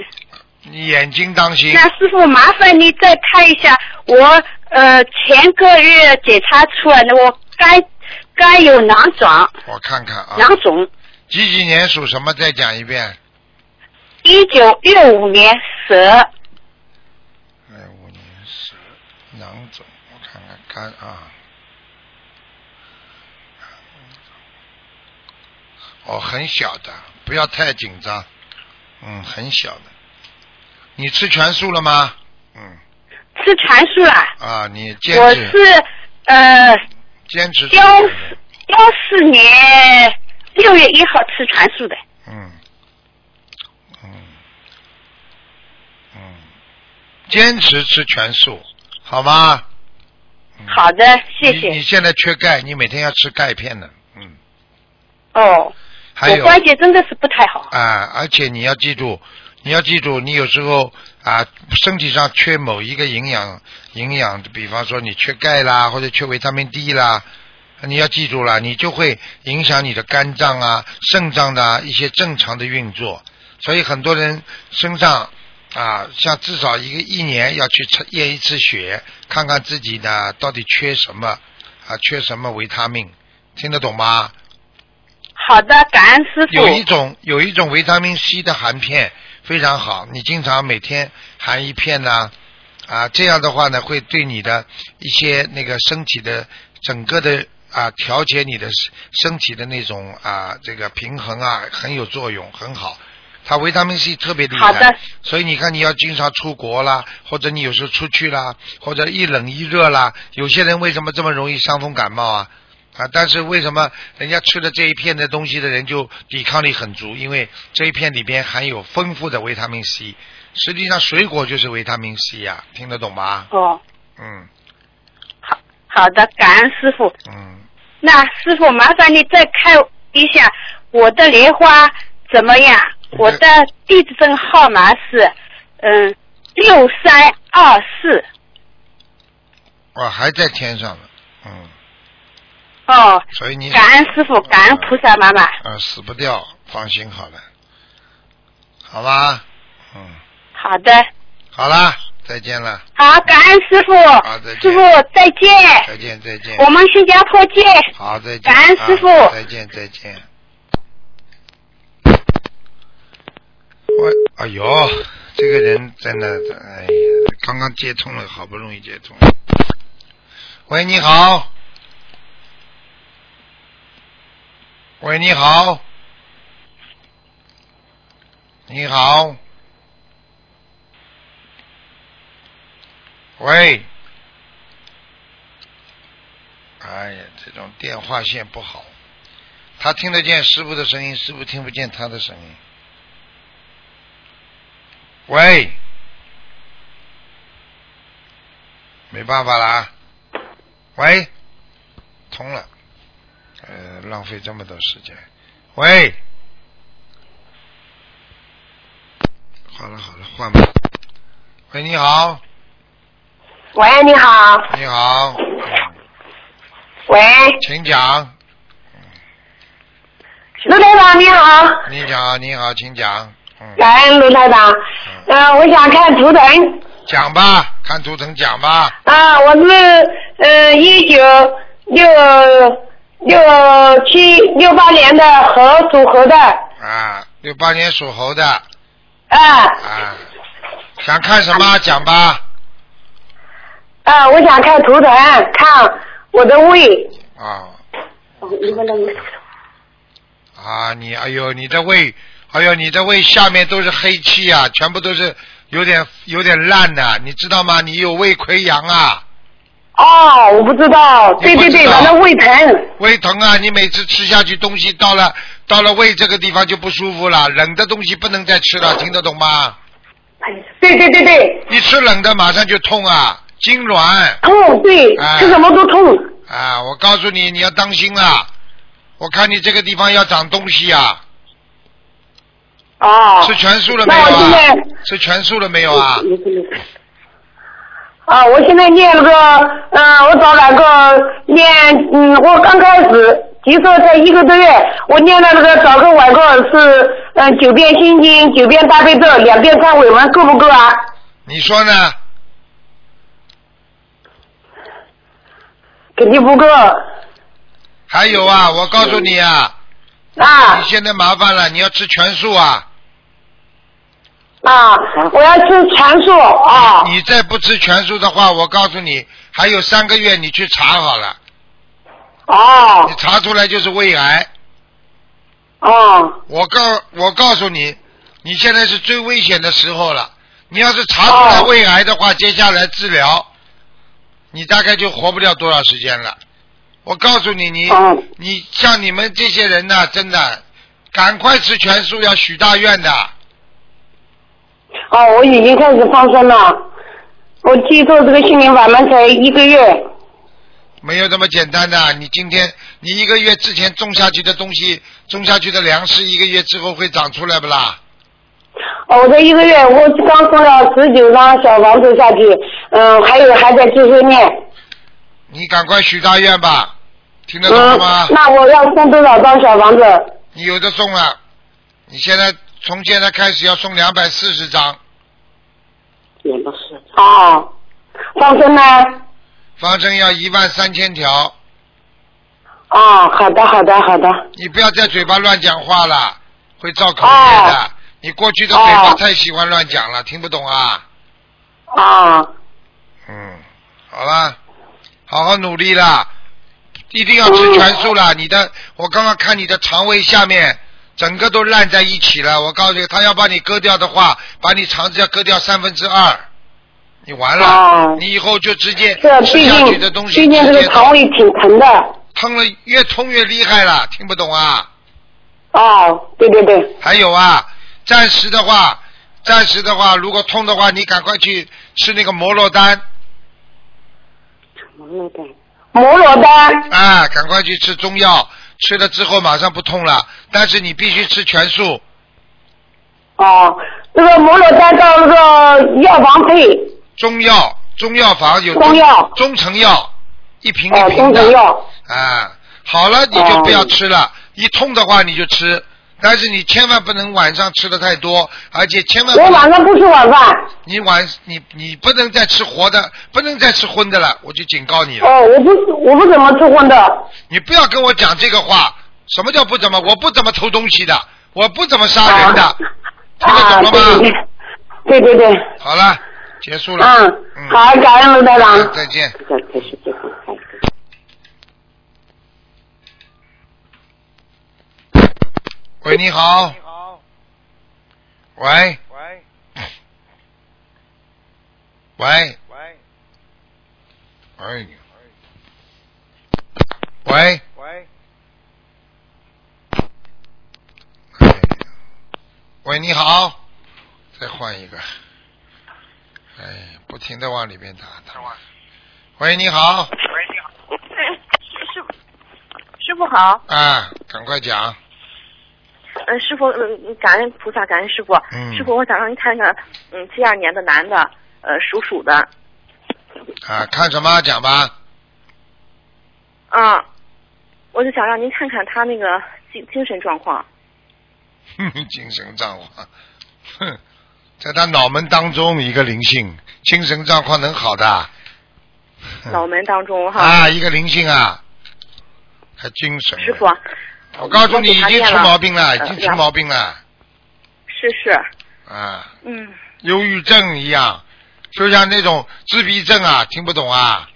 [SPEAKER 1] 你眼睛当心
[SPEAKER 4] 那。师傅麻烦你再看一下，我呃前个月检查出来的，我肝肝有囊肿，
[SPEAKER 1] 我看看啊，
[SPEAKER 4] 囊肿，
[SPEAKER 1] 几几年属什么？再讲一遍。
[SPEAKER 4] 一九六五年蛇，
[SPEAKER 1] 二哎五年蛇囊肿，我看看肝啊。哦，很小的，不要太紧张。嗯，很小的。你吃全素了吗？嗯
[SPEAKER 4] 吃全素了，
[SPEAKER 1] 啊，你
[SPEAKER 4] 我
[SPEAKER 1] 坚
[SPEAKER 4] 是
[SPEAKER 1] 持
[SPEAKER 4] 呃
[SPEAKER 1] 坚持吃
[SPEAKER 4] 幺幺四年六月一号吃全素的，
[SPEAKER 1] 嗯嗯嗯，坚持吃全素，好吗？
[SPEAKER 4] 好的，谢
[SPEAKER 1] 嗯你你
[SPEAKER 4] 谢。
[SPEAKER 1] 现在缺钙，你每天要吃钙片的，嗯，
[SPEAKER 4] 哦，
[SPEAKER 1] 还
[SPEAKER 4] 我
[SPEAKER 1] 有
[SPEAKER 4] 关节真的是不太好。
[SPEAKER 1] 啊，而且你要记住，你要记住，你有时候啊，身体上缺某一个营养营养，比方说你缺钙啦，或者缺维他命 D 啦，你要记住了，你就会影响你的肝脏啊、肾脏的啊一些正常的运作。所以很多人身上啊，像至少一个一年要去测验一次血，看看自己呢到底缺什么啊，缺什么维他命，听得懂吗？
[SPEAKER 4] 好的，感恩师傅。
[SPEAKER 1] 有一种有一种维他命 C 的含片非常好，你经常每天含一片呢、啊，这样的话呢，会对你的一些那个身体的整个的啊调节你的身体的那种啊这个平衡啊很有作用，很好。它维他命 C 特别厉害，
[SPEAKER 4] 好的
[SPEAKER 1] 所以你看你要经常出国啦，或者你有时候出去啦，或者一冷一热啦，有些人为什么这么容易伤风感冒啊？啊，但是为什么人家吃了这一片的东西的人就抵抗力很足？因为这一片里边含有丰富的维他命 C，实际上水果就是维他命 C 呀、听得懂吗？
[SPEAKER 4] 哦，
[SPEAKER 1] 嗯
[SPEAKER 4] 好好的，感恩师傅。
[SPEAKER 1] 嗯，
[SPEAKER 4] 那师傅，麻烦你再看一下我的莲花怎么样？我的地址证号码是嗯六三二四
[SPEAKER 1] 我还在天上呢，嗯，
[SPEAKER 4] 哦。
[SPEAKER 1] 所以你
[SPEAKER 4] 感恩师傅，感恩菩萨妈妈。
[SPEAKER 1] 啊死不掉，放心好了，好吧，嗯，
[SPEAKER 4] 好的，
[SPEAKER 1] 好啦，再见了，
[SPEAKER 4] 好，感恩师傅
[SPEAKER 1] 好再见，
[SPEAKER 4] 师傅再见，
[SPEAKER 1] 再见再见，
[SPEAKER 4] 我们新加坡见。
[SPEAKER 1] 好，再见。
[SPEAKER 4] 感恩师傅
[SPEAKER 1] 啊再见，再见。喂，哎呦，这个人真的，哎呀，刚刚接通了，好不容易接通。喂，你好。喂，你好。你好。喂。哎呀，这种电话线不好，他听得见师傅的声音，师傅听不见他的声音。喂，没办法啦。喂，通了，呃，浪费这么多时间。喂，好了好了，换吧。喂，你好，
[SPEAKER 5] 喂，你好，
[SPEAKER 1] 你好，嗯
[SPEAKER 5] 喂，
[SPEAKER 1] 请讲，
[SPEAKER 5] 卢台长你好，
[SPEAKER 1] 你讲，你好，请讲，嗯。
[SPEAKER 5] 感恩卢台长，呃，我想看图腾，
[SPEAKER 1] 讲吧，看图腾讲吧。
[SPEAKER 5] 啊，我是呃一九六六七六八年的猴属猴的，
[SPEAKER 1] 啊，六八年属猴的，
[SPEAKER 5] 啊
[SPEAKER 1] 啊，想看什么讲吧。
[SPEAKER 5] 啊，我想看图腾，看我的胃，
[SPEAKER 1] 啊
[SPEAKER 5] 你问那个
[SPEAKER 1] 啊，你哎呦，你的胃，哎呦，你的胃下面都是黑气啊，全部都是有点有点烂的、你知道吗？你有胃溃疡啊，
[SPEAKER 5] 哦，我不知道，对对
[SPEAKER 1] 你
[SPEAKER 5] 对，
[SPEAKER 1] 不知道
[SPEAKER 5] 我的胃疼，
[SPEAKER 1] 胃疼啊，你每次吃下去东西到了到了胃这个地方就不舒服了，冷的东西不能再吃了，听得懂吗？哎
[SPEAKER 5] 对对对对，
[SPEAKER 1] 一吃冷的马上就痛啊，痉挛。
[SPEAKER 5] 痛，对，
[SPEAKER 1] 哎
[SPEAKER 5] 吃什么都痛，
[SPEAKER 1] 啊，我告诉你，你要当心啦！我看你这个地方要长东西啊，
[SPEAKER 5] 哦，
[SPEAKER 1] 吃全素了没
[SPEAKER 5] 那
[SPEAKER 1] 有
[SPEAKER 5] 我
[SPEAKER 1] 啊
[SPEAKER 5] 现在？
[SPEAKER 1] 吃全素了没有啊？
[SPEAKER 5] 啊，我现在念了个，呃，我找两个念，嗯，我刚开始接受才一个多月，我念了那个早个晚个是，嗯、九遍心经，九遍大悲咒，两遍忏悔文，够不够啊？
[SPEAKER 1] 你说呢？
[SPEAKER 5] 肯定不够
[SPEAKER 1] 还有啊，我告诉你啊，
[SPEAKER 5] 啊
[SPEAKER 1] 你现在麻烦了，你要吃全素啊！
[SPEAKER 5] 啊！我要吃全素啊！
[SPEAKER 1] 你再不吃全素的话，我告诉你，还有三个月你去查好了，
[SPEAKER 5] 哦
[SPEAKER 1] 你查出来就是胃癌。
[SPEAKER 5] 哦
[SPEAKER 1] 我告我告诉你，你现在是最危险的时候了。你要是查出来
[SPEAKER 5] 哦
[SPEAKER 1] 胃癌的话，接下来治疗，你大概就活不了多少时间了。我告诉你，你、
[SPEAKER 5] 哦
[SPEAKER 1] 你像你们这些人呐、真的，赶快吃全素，要许大愿的。
[SPEAKER 5] 哦，我已经开始放生了，我接受这个心灵法门才一个月。
[SPEAKER 1] 没有这么简单的。你今天你一个月之前种下去的东西，种下去的粮食，一个月之后会长出来不啦？
[SPEAKER 5] 哦，我这一个月我刚送了十九张小房子下去，嗯，还有还在继续念。
[SPEAKER 1] 你赶快许大愿吧，听得懂了
[SPEAKER 5] 嗯
[SPEAKER 1] 吗？，
[SPEAKER 5] 那我要送多少张小房子？
[SPEAKER 1] 你有的送了，你现在从现在开始要送两百四十张，
[SPEAKER 6] 也不是。哦，
[SPEAKER 5] 啊放生呢？
[SPEAKER 1] 方针要一万三千条，
[SPEAKER 5] 哦，好的，好的，好的。
[SPEAKER 1] 你不要在嘴巴乱讲话了，会造口业的。
[SPEAKER 5] 哦
[SPEAKER 1] 你过去的嘴巴
[SPEAKER 5] 哦
[SPEAKER 1] 太喜欢乱讲了，听不懂啊。
[SPEAKER 5] 哦，
[SPEAKER 1] 嗯，好啦，好好努力啦，一定要吃全素啦。
[SPEAKER 5] 嗯
[SPEAKER 1] 你的，我刚刚看你的肠胃下面整个都烂在一起了。我告诉你，他要把你割掉的话，把你肠子要割掉三分之二，你完了，
[SPEAKER 5] 哦啊
[SPEAKER 1] 你以后就直接
[SPEAKER 5] 这
[SPEAKER 1] 吃
[SPEAKER 5] 最
[SPEAKER 1] 下去的
[SPEAKER 5] 近
[SPEAKER 1] 东西
[SPEAKER 5] 最近这
[SPEAKER 1] 直
[SPEAKER 5] 个
[SPEAKER 1] 接
[SPEAKER 5] 肠胃挺疼的。
[SPEAKER 1] 疼了，越痛越厉害了，听不懂啊？
[SPEAKER 5] 哦，对对对，
[SPEAKER 1] 还有啊，暂时的话，暂时的话，如果痛的话，你赶快去吃那个摩洛丹
[SPEAKER 5] 摩罗丹。
[SPEAKER 1] 啊，赶快去吃中药，吃了之后马上不痛了，但是你必须吃全素。
[SPEAKER 5] 哦，这个摩罗丹到那个药房配。
[SPEAKER 1] 中药，中药房有
[SPEAKER 5] 中药
[SPEAKER 1] 中成药，一瓶
[SPEAKER 5] 哦
[SPEAKER 1] 一，瓶
[SPEAKER 5] 中
[SPEAKER 1] 的。
[SPEAKER 5] 成药。哦
[SPEAKER 1] 啊，好了，你就不要吃了。一痛的话你就吃，但是你千万不能晚上吃的太多，而且千万不
[SPEAKER 5] 我
[SPEAKER 1] 能
[SPEAKER 5] 晚上不吃晚饭。
[SPEAKER 1] 你晚你你不能再吃活的，不能再吃荤的了，我就警告你了。
[SPEAKER 5] 哦，我不我不怎么吃荤的。
[SPEAKER 1] 你不要跟我讲这个话。什么叫不怎么？我不怎么偷东西的，我不怎么杀人的。
[SPEAKER 5] 啊
[SPEAKER 1] 听得懂了吗
[SPEAKER 5] 啊对对对对对对。
[SPEAKER 1] 好了，结束了。
[SPEAKER 5] 嗯，
[SPEAKER 1] 嗯，
[SPEAKER 5] 好，感恩卢台长。
[SPEAKER 1] 再见。
[SPEAKER 6] 这个这是这个。
[SPEAKER 1] 喂，你好。
[SPEAKER 2] 你好，
[SPEAKER 1] 喂
[SPEAKER 2] 喂
[SPEAKER 1] 喂
[SPEAKER 2] 喂
[SPEAKER 1] 喂喂，
[SPEAKER 2] 喂，
[SPEAKER 1] 喂，你好。再换一个。哎，不停的往里面打。打喂，你好。
[SPEAKER 3] 哎师傅，师傅好，
[SPEAKER 1] 啊，赶快讲。
[SPEAKER 3] 嗯，师傅，嗯，感恩菩萨，感恩师傅，
[SPEAKER 1] 嗯
[SPEAKER 3] 师傅，我想让您看看，嗯，七二年的男的，呃，属鼠的，
[SPEAKER 1] 啊，看什么讲吧。
[SPEAKER 3] 啊，我就想让您看看他那个精精神状况，
[SPEAKER 1] 哼，精神状况，哼， 在他脑门当中一个灵性，精神状况能好的啊？哼
[SPEAKER 3] 脑门当中哈，
[SPEAKER 1] 嗯啊，一个灵性啊，还精神。
[SPEAKER 3] 师傅，，
[SPEAKER 1] 我告诉你，已经出毛病了，
[SPEAKER 3] 呃
[SPEAKER 1] 已经出毛病了
[SPEAKER 3] 是是，
[SPEAKER 1] 啊，
[SPEAKER 3] 嗯，
[SPEAKER 1] 忧郁症一样，就像那种自闭症啊，听不懂啊，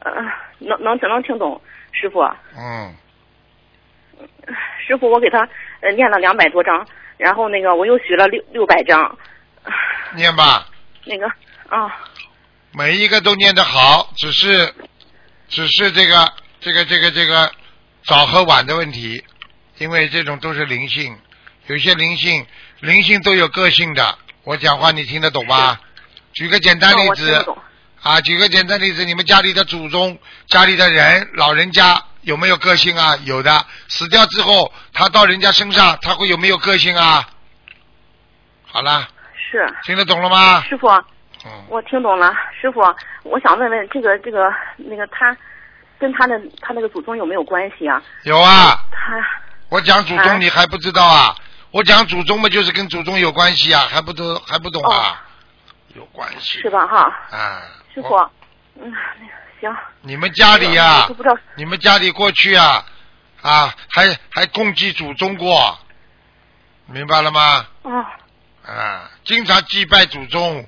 [SPEAKER 3] 呃，能能能听懂，师傅，
[SPEAKER 1] 嗯，
[SPEAKER 3] 师傅，我给他呃念了两百多章，然后那个我又许了六六百章，
[SPEAKER 1] 念吧，
[SPEAKER 3] 那个啊，
[SPEAKER 1] 每一个都念得好，只是，只是这个这个这个这个早和晚的问题，因为这种都是灵性，有些灵性灵性都有个性的。我讲话你听得懂吗？举个简单例
[SPEAKER 3] 那哦我听不
[SPEAKER 1] 子
[SPEAKER 3] 懂，
[SPEAKER 1] 啊，举个简单例子，你们家里的祖宗、家里的人、老人家有没有个性啊？有的，死掉之后他到人家身上，他会有没有个性啊？好啦，
[SPEAKER 3] 是，
[SPEAKER 1] 听得懂了吗？
[SPEAKER 3] 师傅，
[SPEAKER 1] 嗯。
[SPEAKER 3] 我听懂了，师傅，我想问问这个这个那个他跟他的他那个祖宗有没有关系啊？
[SPEAKER 1] 有啊，
[SPEAKER 3] 他
[SPEAKER 1] 我讲祖
[SPEAKER 3] 啊
[SPEAKER 1] 宗你还不知道啊？我讲祖宗嘛，就是跟祖宗有关系啊，还不懂还不懂啊？有关系
[SPEAKER 3] 哦是？吧哈？
[SPEAKER 1] 啊，
[SPEAKER 3] 师傅
[SPEAKER 1] 我，
[SPEAKER 3] 嗯，那个行。
[SPEAKER 1] 你们家里啊
[SPEAKER 3] 我都，不知道
[SPEAKER 1] 你们家里过去啊啊，还还供祭祖宗过，明白了吗？
[SPEAKER 3] 哦，
[SPEAKER 1] 啊，经常祭拜祖宗，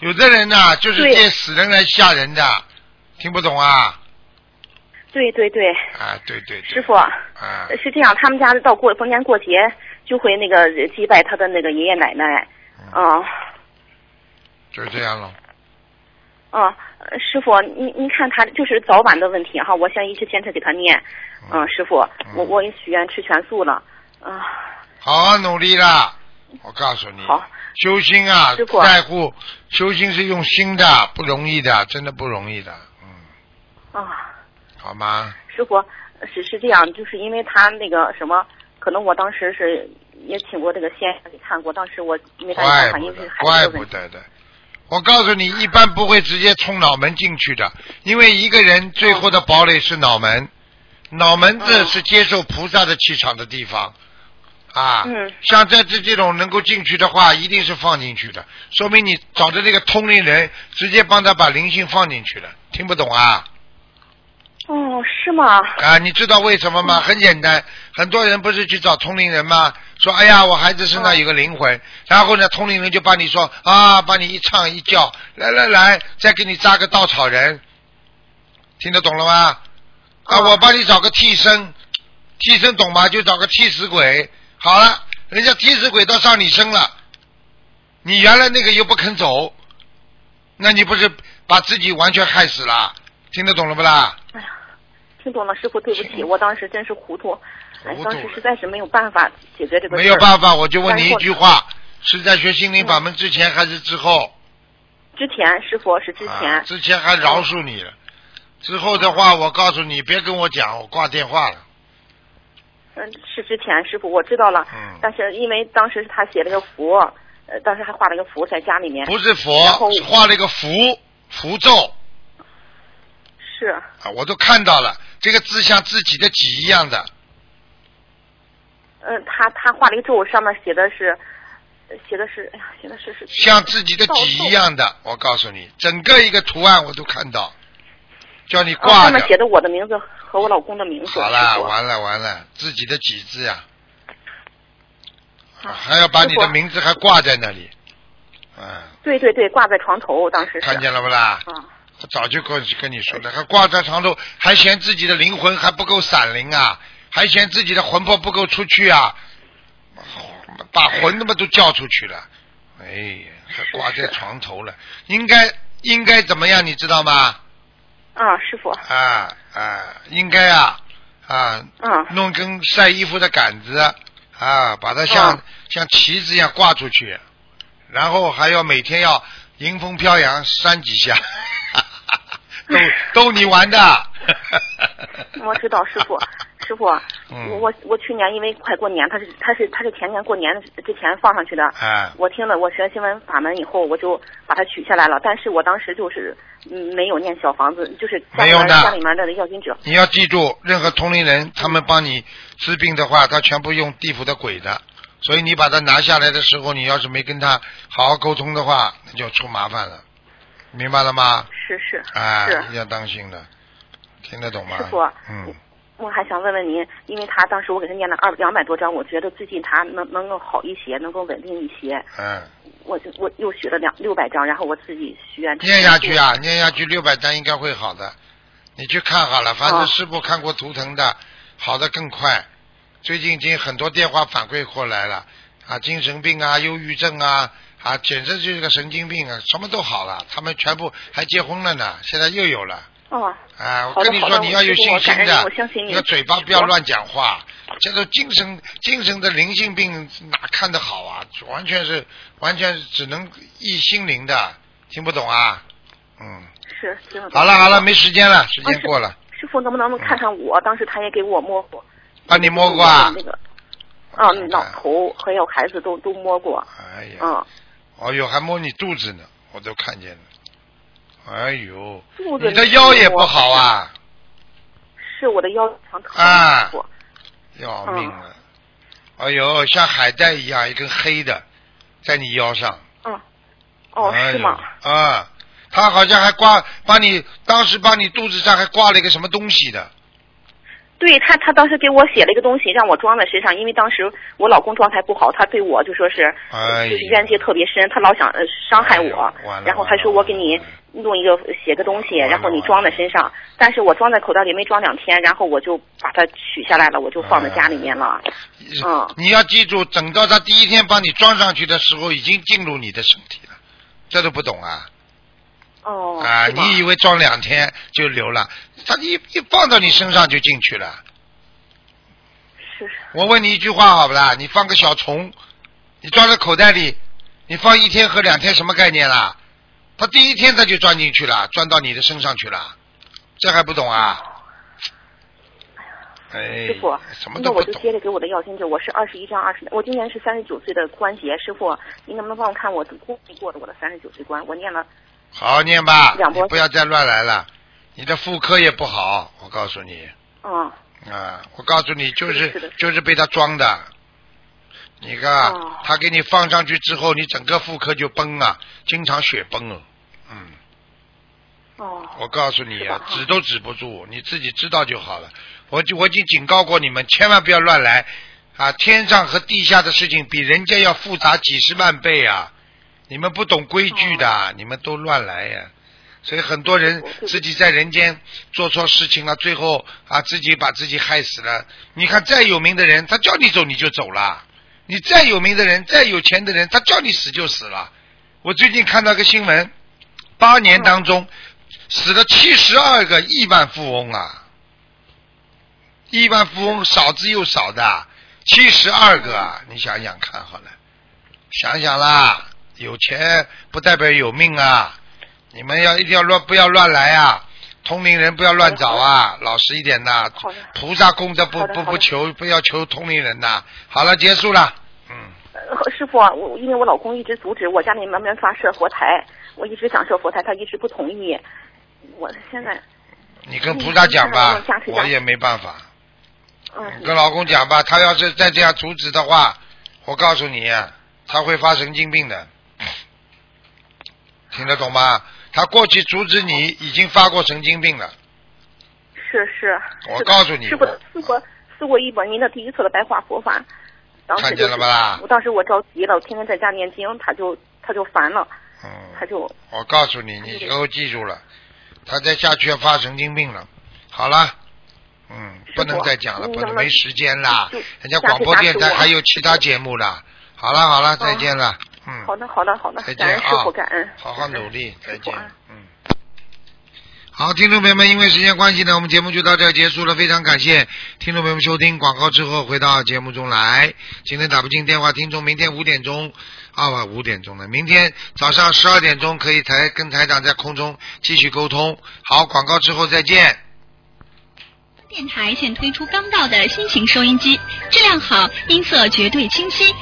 [SPEAKER 1] 有的人呐、就是
[SPEAKER 3] 对
[SPEAKER 1] 借死人来吓人的，听不懂啊？
[SPEAKER 3] 对对对，
[SPEAKER 1] 啊，对对对，
[SPEAKER 3] 师傅呃
[SPEAKER 1] 啊，
[SPEAKER 3] 是这样，他们家到过逢年过节就会那个祭拜他的那个爷爷奶奶。啊
[SPEAKER 1] 嗯就这样了。
[SPEAKER 3] 啊，呃师傅，您您看他就是早晚的问题哈，我先一直坚持给他念。嗯，师傅，我我也许愿吃全素了。啊，
[SPEAKER 1] 好好努力啦！我告诉你，
[SPEAKER 3] 嗯好
[SPEAKER 1] 修心啊
[SPEAKER 3] 师傅，
[SPEAKER 1] 在乎修心是用心的，不容易的，真的不容易的，嗯，
[SPEAKER 3] 啊。
[SPEAKER 1] 好吗？
[SPEAKER 3] 师傅是是这样，就是因为他那个什么，可能我当时是也请过这个先生给看过，当时我没办
[SPEAKER 1] 怪
[SPEAKER 3] 法看，
[SPEAKER 1] 不
[SPEAKER 3] 因为
[SPEAKER 1] 得
[SPEAKER 3] 是，孩
[SPEAKER 1] 怪
[SPEAKER 3] 子的
[SPEAKER 1] 不
[SPEAKER 3] 问题。
[SPEAKER 1] 得的。我告诉你，一般不会直接冲脑门进去的，因为一个人最后的堡垒是脑门，脑门子是接受菩萨的气场的地方，啊，
[SPEAKER 3] 嗯
[SPEAKER 1] 像这这这种能够进去的话，一定是放进去的，说明你找的这个通灵人直接帮他把灵性放进去了，听不懂啊？
[SPEAKER 3] 哦，是吗？
[SPEAKER 1] 啊，你知道为什么吗？很简单，很多人不是去找通灵人吗？说，哎呀，我孩子身上有个灵魂，然后呢，通灵人就帮你说啊，帮你一唱一叫，来来来，再给你扎个稻草人，听得懂了吗？啊，我帮你找个替身，替身懂吗？就找个替死鬼。好了，人家替死鬼都上你身了，你原来那个又不肯走，那你不是把自己完全害死了？听得懂了不啦？
[SPEAKER 3] 听懂了，师傅，对不起，我当时真是糊涂，哎
[SPEAKER 1] 糊涂
[SPEAKER 3] 当时实在是没有办法解决这个事儿
[SPEAKER 1] 没有办法，我就问你一句
[SPEAKER 3] 但是
[SPEAKER 1] 话：是在学心
[SPEAKER 3] 嗯
[SPEAKER 1] 灵法门之前还是之后？
[SPEAKER 3] 我之前师傅是之前
[SPEAKER 1] 啊，之前还饶恕你了，之后的话，我告诉你，别跟我讲，我挂电话了。
[SPEAKER 3] 嗯，是之前师傅我知道了，
[SPEAKER 1] 嗯，
[SPEAKER 3] 但是因为当时他写了个符，呃，当时还画了个符在家里面，
[SPEAKER 1] 不是
[SPEAKER 3] 嗯然后
[SPEAKER 1] 佛，是画了一个符符咒
[SPEAKER 3] 是
[SPEAKER 1] 啊，我都看到了，这个字像自己的己一样的，
[SPEAKER 3] 嗯，他他画了一个咒，上面写的是，写的是，哎呀，写的是是
[SPEAKER 1] 像自己的己一样的，我告诉你，整个一个图案我都看到，叫你
[SPEAKER 3] 啊
[SPEAKER 1] 挂
[SPEAKER 3] 上面写
[SPEAKER 1] 着。
[SPEAKER 3] 的我的名字和我老公的名字。
[SPEAKER 1] 好
[SPEAKER 3] 师
[SPEAKER 1] 了，
[SPEAKER 3] 傅
[SPEAKER 1] 完了完了，自己的己字呀、
[SPEAKER 3] 好
[SPEAKER 1] 还要把你
[SPEAKER 3] 师
[SPEAKER 1] 的
[SPEAKER 3] 傅
[SPEAKER 1] 名字还挂在那里，嗯。
[SPEAKER 3] 对对对，挂在床头，当时是。
[SPEAKER 1] 看见了不啦？
[SPEAKER 3] 嗯
[SPEAKER 1] 我早就跟跟你说了，还挂在床头，还嫌自己的灵魂还不够闪灵啊，还嫌自己的魂魄不够出去啊，把魂他妈都叫出去了，哎呀，还挂在床头了，应该应该怎么样，你知道吗？
[SPEAKER 3] 啊，师傅，
[SPEAKER 1] 啊啊，应该啊啊，
[SPEAKER 3] 嗯
[SPEAKER 1] 弄根晒衣服的杆子啊，把它像、像旗子一样挂出去，然后还要每天要迎风飘扬扇几下， 逗 逗你玩的。
[SPEAKER 3] 我知道师傅，师傅，
[SPEAKER 1] 嗯
[SPEAKER 3] 我我我去年因为快过年，他是他是他是前年过年之前放上去的。
[SPEAKER 1] 啊，
[SPEAKER 3] 我听了，我学新闻法门以后，我就把它取下来了。但是我当时就是嗯，没有念小房子，就是家
[SPEAKER 1] 没
[SPEAKER 3] 里
[SPEAKER 1] 有
[SPEAKER 3] 面
[SPEAKER 1] 的
[SPEAKER 3] 家里面的要经者。
[SPEAKER 1] 你要记住，任何通灵人他们帮你治病的话，他全部用地府的鬼的，所以你把它拿下来的时候，你要是没跟他好好沟通的话，那就出麻烦了，明白了吗？
[SPEAKER 3] 是是
[SPEAKER 1] 啊，
[SPEAKER 3] 是
[SPEAKER 1] 一定要当心的，听得懂吗？
[SPEAKER 3] 师傅
[SPEAKER 1] 嗯，
[SPEAKER 3] 我还想问问您，因为他当时我给他念了二两百多章，我觉得最近他能能够好一些，能够稳定一些。
[SPEAKER 1] 嗯，
[SPEAKER 3] 我就我又许了两六百张，然后我自己许愿。
[SPEAKER 1] 念下去啊，念下去六百单应该会好的，你去看好了，反正
[SPEAKER 3] 啊
[SPEAKER 1] 师傅看过图腾的，好的更快。最近已经很多电话反馈过来了，啊，精神病啊，忧郁症啊，啊，简直就是个神经病啊，什么都好了，他们全部还结婚了呢，现在又有了。
[SPEAKER 3] 哦，
[SPEAKER 1] 啊，我
[SPEAKER 3] 好的
[SPEAKER 1] 跟你
[SPEAKER 3] 好
[SPEAKER 1] 说，
[SPEAKER 3] 的
[SPEAKER 1] 你
[SPEAKER 3] 我
[SPEAKER 1] 要有
[SPEAKER 3] 师傅
[SPEAKER 1] 信
[SPEAKER 3] 我
[SPEAKER 1] 心
[SPEAKER 3] 感恩
[SPEAKER 1] 的
[SPEAKER 3] 你我相信，你
[SPEAKER 1] 的嘴巴不要
[SPEAKER 3] 我
[SPEAKER 1] 乱讲话。这种精神精神的灵性病哪看得好啊？完全是完全只能益心灵的，听不懂啊？嗯，
[SPEAKER 3] 是挺
[SPEAKER 1] 好了好了，没时间了，时
[SPEAKER 3] 啊
[SPEAKER 1] 间过了，
[SPEAKER 3] 师傅能不能看看我？当时他也给我摸过。
[SPEAKER 1] 把你摸过啊嗯
[SPEAKER 3] 那？个，啊，脑头还有孩子都都摸过。
[SPEAKER 1] 哎呀，
[SPEAKER 3] 嗯，
[SPEAKER 1] 哦呦，还摸你肚子呢，我都看见了。哎呦，
[SPEAKER 3] 肚子
[SPEAKER 1] 你的腰也不好。啊，
[SPEAKER 3] 是我的腰常疼。
[SPEAKER 1] 啊
[SPEAKER 3] 师傅
[SPEAKER 1] 要命
[SPEAKER 3] 嗯
[SPEAKER 1] 了！哎呦，像海带一样，一根黑的，在你腰上。
[SPEAKER 3] 哦，
[SPEAKER 1] 哎呦
[SPEAKER 3] 是吗？？
[SPEAKER 1] 啊，他好像还挂把你当时把你肚子上还挂了一个什么东西的，
[SPEAKER 3] 对他，他当时给我写了一个东西，让我装在身上，因为当时我老公状态不好，他对我就说是、
[SPEAKER 1] 哎
[SPEAKER 3] 就是冤结特别深，他老想、呃、伤害我，
[SPEAKER 1] 哎呦完了
[SPEAKER 3] 然后他说我给你弄一个写个东西，
[SPEAKER 1] 完了
[SPEAKER 3] 然后你装在身上，但是我装在口袋里没装两天，然后我就把它取下来了，我就放
[SPEAKER 1] 哎
[SPEAKER 3] 在家里面了。嗯
[SPEAKER 1] 你要记住，等到他第一天帮你装上去的时候，已经进入你的身体了，这都不懂啊
[SPEAKER 3] 哦，
[SPEAKER 1] 啊！
[SPEAKER 3] 是吗
[SPEAKER 1] 你以为装两天就流了，他一一放到你身上就进去了。
[SPEAKER 3] 是
[SPEAKER 1] 我问你一句话好不啦？你放个小虫，你装在口袋里，你放一天和两天什么概念啦？他第一天他就钻进去了，钻到你的身上去了，这还不懂啊？哎，
[SPEAKER 3] 师傅
[SPEAKER 1] 什么
[SPEAKER 3] 那
[SPEAKER 1] 都
[SPEAKER 3] 我
[SPEAKER 1] 不
[SPEAKER 3] 就
[SPEAKER 1] 懂
[SPEAKER 3] 接着给我的药经者，我是二十一张二十，我今年是三十九岁的关节，师傅，您能不能帮我看我过没过了我的三十九岁关？我念了
[SPEAKER 1] 好好念吧，
[SPEAKER 3] 两
[SPEAKER 1] 你
[SPEAKER 3] 波
[SPEAKER 1] 不要再乱来了，你的妇科也不好，我告诉你
[SPEAKER 3] 嗯。
[SPEAKER 1] 啊，我告诉你就是
[SPEAKER 3] 是的是的
[SPEAKER 1] 就是被他装的，你看，
[SPEAKER 3] 哦
[SPEAKER 1] 他给你放上去之后，你整个妇科就崩了，经常血崩了。嗯，
[SPEAKER 3] 哦，
[SPEAKER 1] 我告诉你啊
[SPEAKER 3] 是吧，
[SPEAKER 1] 止都止不住，你自己知道就好了。我就我已经警告过你们，千万不要乱来啊！天上和地下的事情比人家要复杂几十万倍啊！你们不懂规矩的，
[SPEAKER 3] 哦
[SPEAKER 1] 你们都乱来呀、所以很多人自己在人间做错事情了，最后啊自己把自己害死了。你看再有名的人，他叫你走你就走了；你再有名的人，再有钱的人，他叫你死就死了。我最近看到个新闻，八
[SPEAKER 3] 嗯
[SPEAKER 1] 年当中死了七十二个亿万富翁啊，亿万富翁少之又少的，啊七十二个啊，你想想看好了，想想啦，有钱不代表有命啊，你们要一定要乱不要乱来啊，通灵人不要乱找啊，老实一点呐、
[SPEAKER 3] 好的，
[SPEAKER 1] 菩萨功德不
[SPEAKER 3] 好的
[SPEAKER 1] 不
[SPEAKER 3] 好
[SPEAKER 1] 不
[SPEAKER 3] 的
[SPEAKER 1] 求不要求通灵人呐、好了，结束了，嗯，
[SPEAKER 3] 呃师傅啊，我因为我老公一直阻止我家里慢慢发设佛台，我一直想设佛台，他一直不同意。我现在，
[SPEAKER 1] 你跟菩萨讲吧
[SPEAKER 3] 嗯下，次讲
[SPEAKER 1] 我也没办法。
[SPEAKER 3] 嗯，
[SPEAKER 1] 跟老公讲吧，他要是再这样阻止的话，我告诉你，啊他会发神经病的。听得懂吗？他过去阻止你，已经发过神经病了。
[SPEAKER 3] 是是。
[SPEAKER 1] 我
[SPEAKER 3] 是的
[SPEAKER 1] 告诉你
[SPEAKER 3] 师傅
[SPEAKER 1] 我
[SPEAKER 3] 试过试过一本您的第一册的白话佛法，当时、
[SPEAKER 1] 看
[SPEAKER 3] 就
[SPEAKER 1] 见
[SPEAKER 3] 是、
[SPEAKER 1] 了吧啦
[SPEAKER 3] 我当时我着急了，我天天在家念经，他就他就烦了，他
[SPEAKER 1] 嗯，
[SPEAKER 3] 就
[SPEAKER 1] 我告诉你，你以后记住了，他再下去要发神经病了。好了，嗯，
[SPEAKER 3] 师
[SPEAKER 1] 不
[SPEAKER 3] 傅
[SPEAKER 1] 能再讲了，
[SPEAKER 3] 嗯
[SPEAKER 1] 不
[SPEAKER 3] 能
[SPEAKER 1] 能
[SPEAKER 3] 不能
[SPEAKER 1] 没时间啦
[SPEAKER 3] 就，
[SPEAKER 1] 人家广播
[SPEAKER 3] 下次打
[SPEAKER 1] 电
[SPEAKER 3] 给
[SPEAKER 1] 台
[SPEAKER 3] 我
[SPEAKER 1] 还有其他节目啦。好了好了，再见了，嗯。
[SPEAKER 3] 好的好的好的
[SPEAKER 1] 再，见
[SPEAKER 3] 感恩师
[SPEAKER 1] 啊
[SPEAKER 3] 傅，感恩，
[SPEAKER 1] 好好努力，
[SPEAKER 3] 感
[SPEAKER 1] 再
[SPEAKER 3] 恩
[SPEAKER 1] 见
[SPEAKER 3] 师傅啊。
[SPEAKER 1] 嗯。好，听众朋友们，因为时间关系呢，我们节目就到这儿结束了。非常感谢听众朋友们收听广告之后回到节目中来。今天打不进电话，听众明天五点钟啊，五点钟了，明天早上十二点钟可以台跟台长在空中继续沟通。好，广告之后再见。
[SPEAKER 7] 电台现推出刚到的新型收音机，质量好，音色绝对清晰，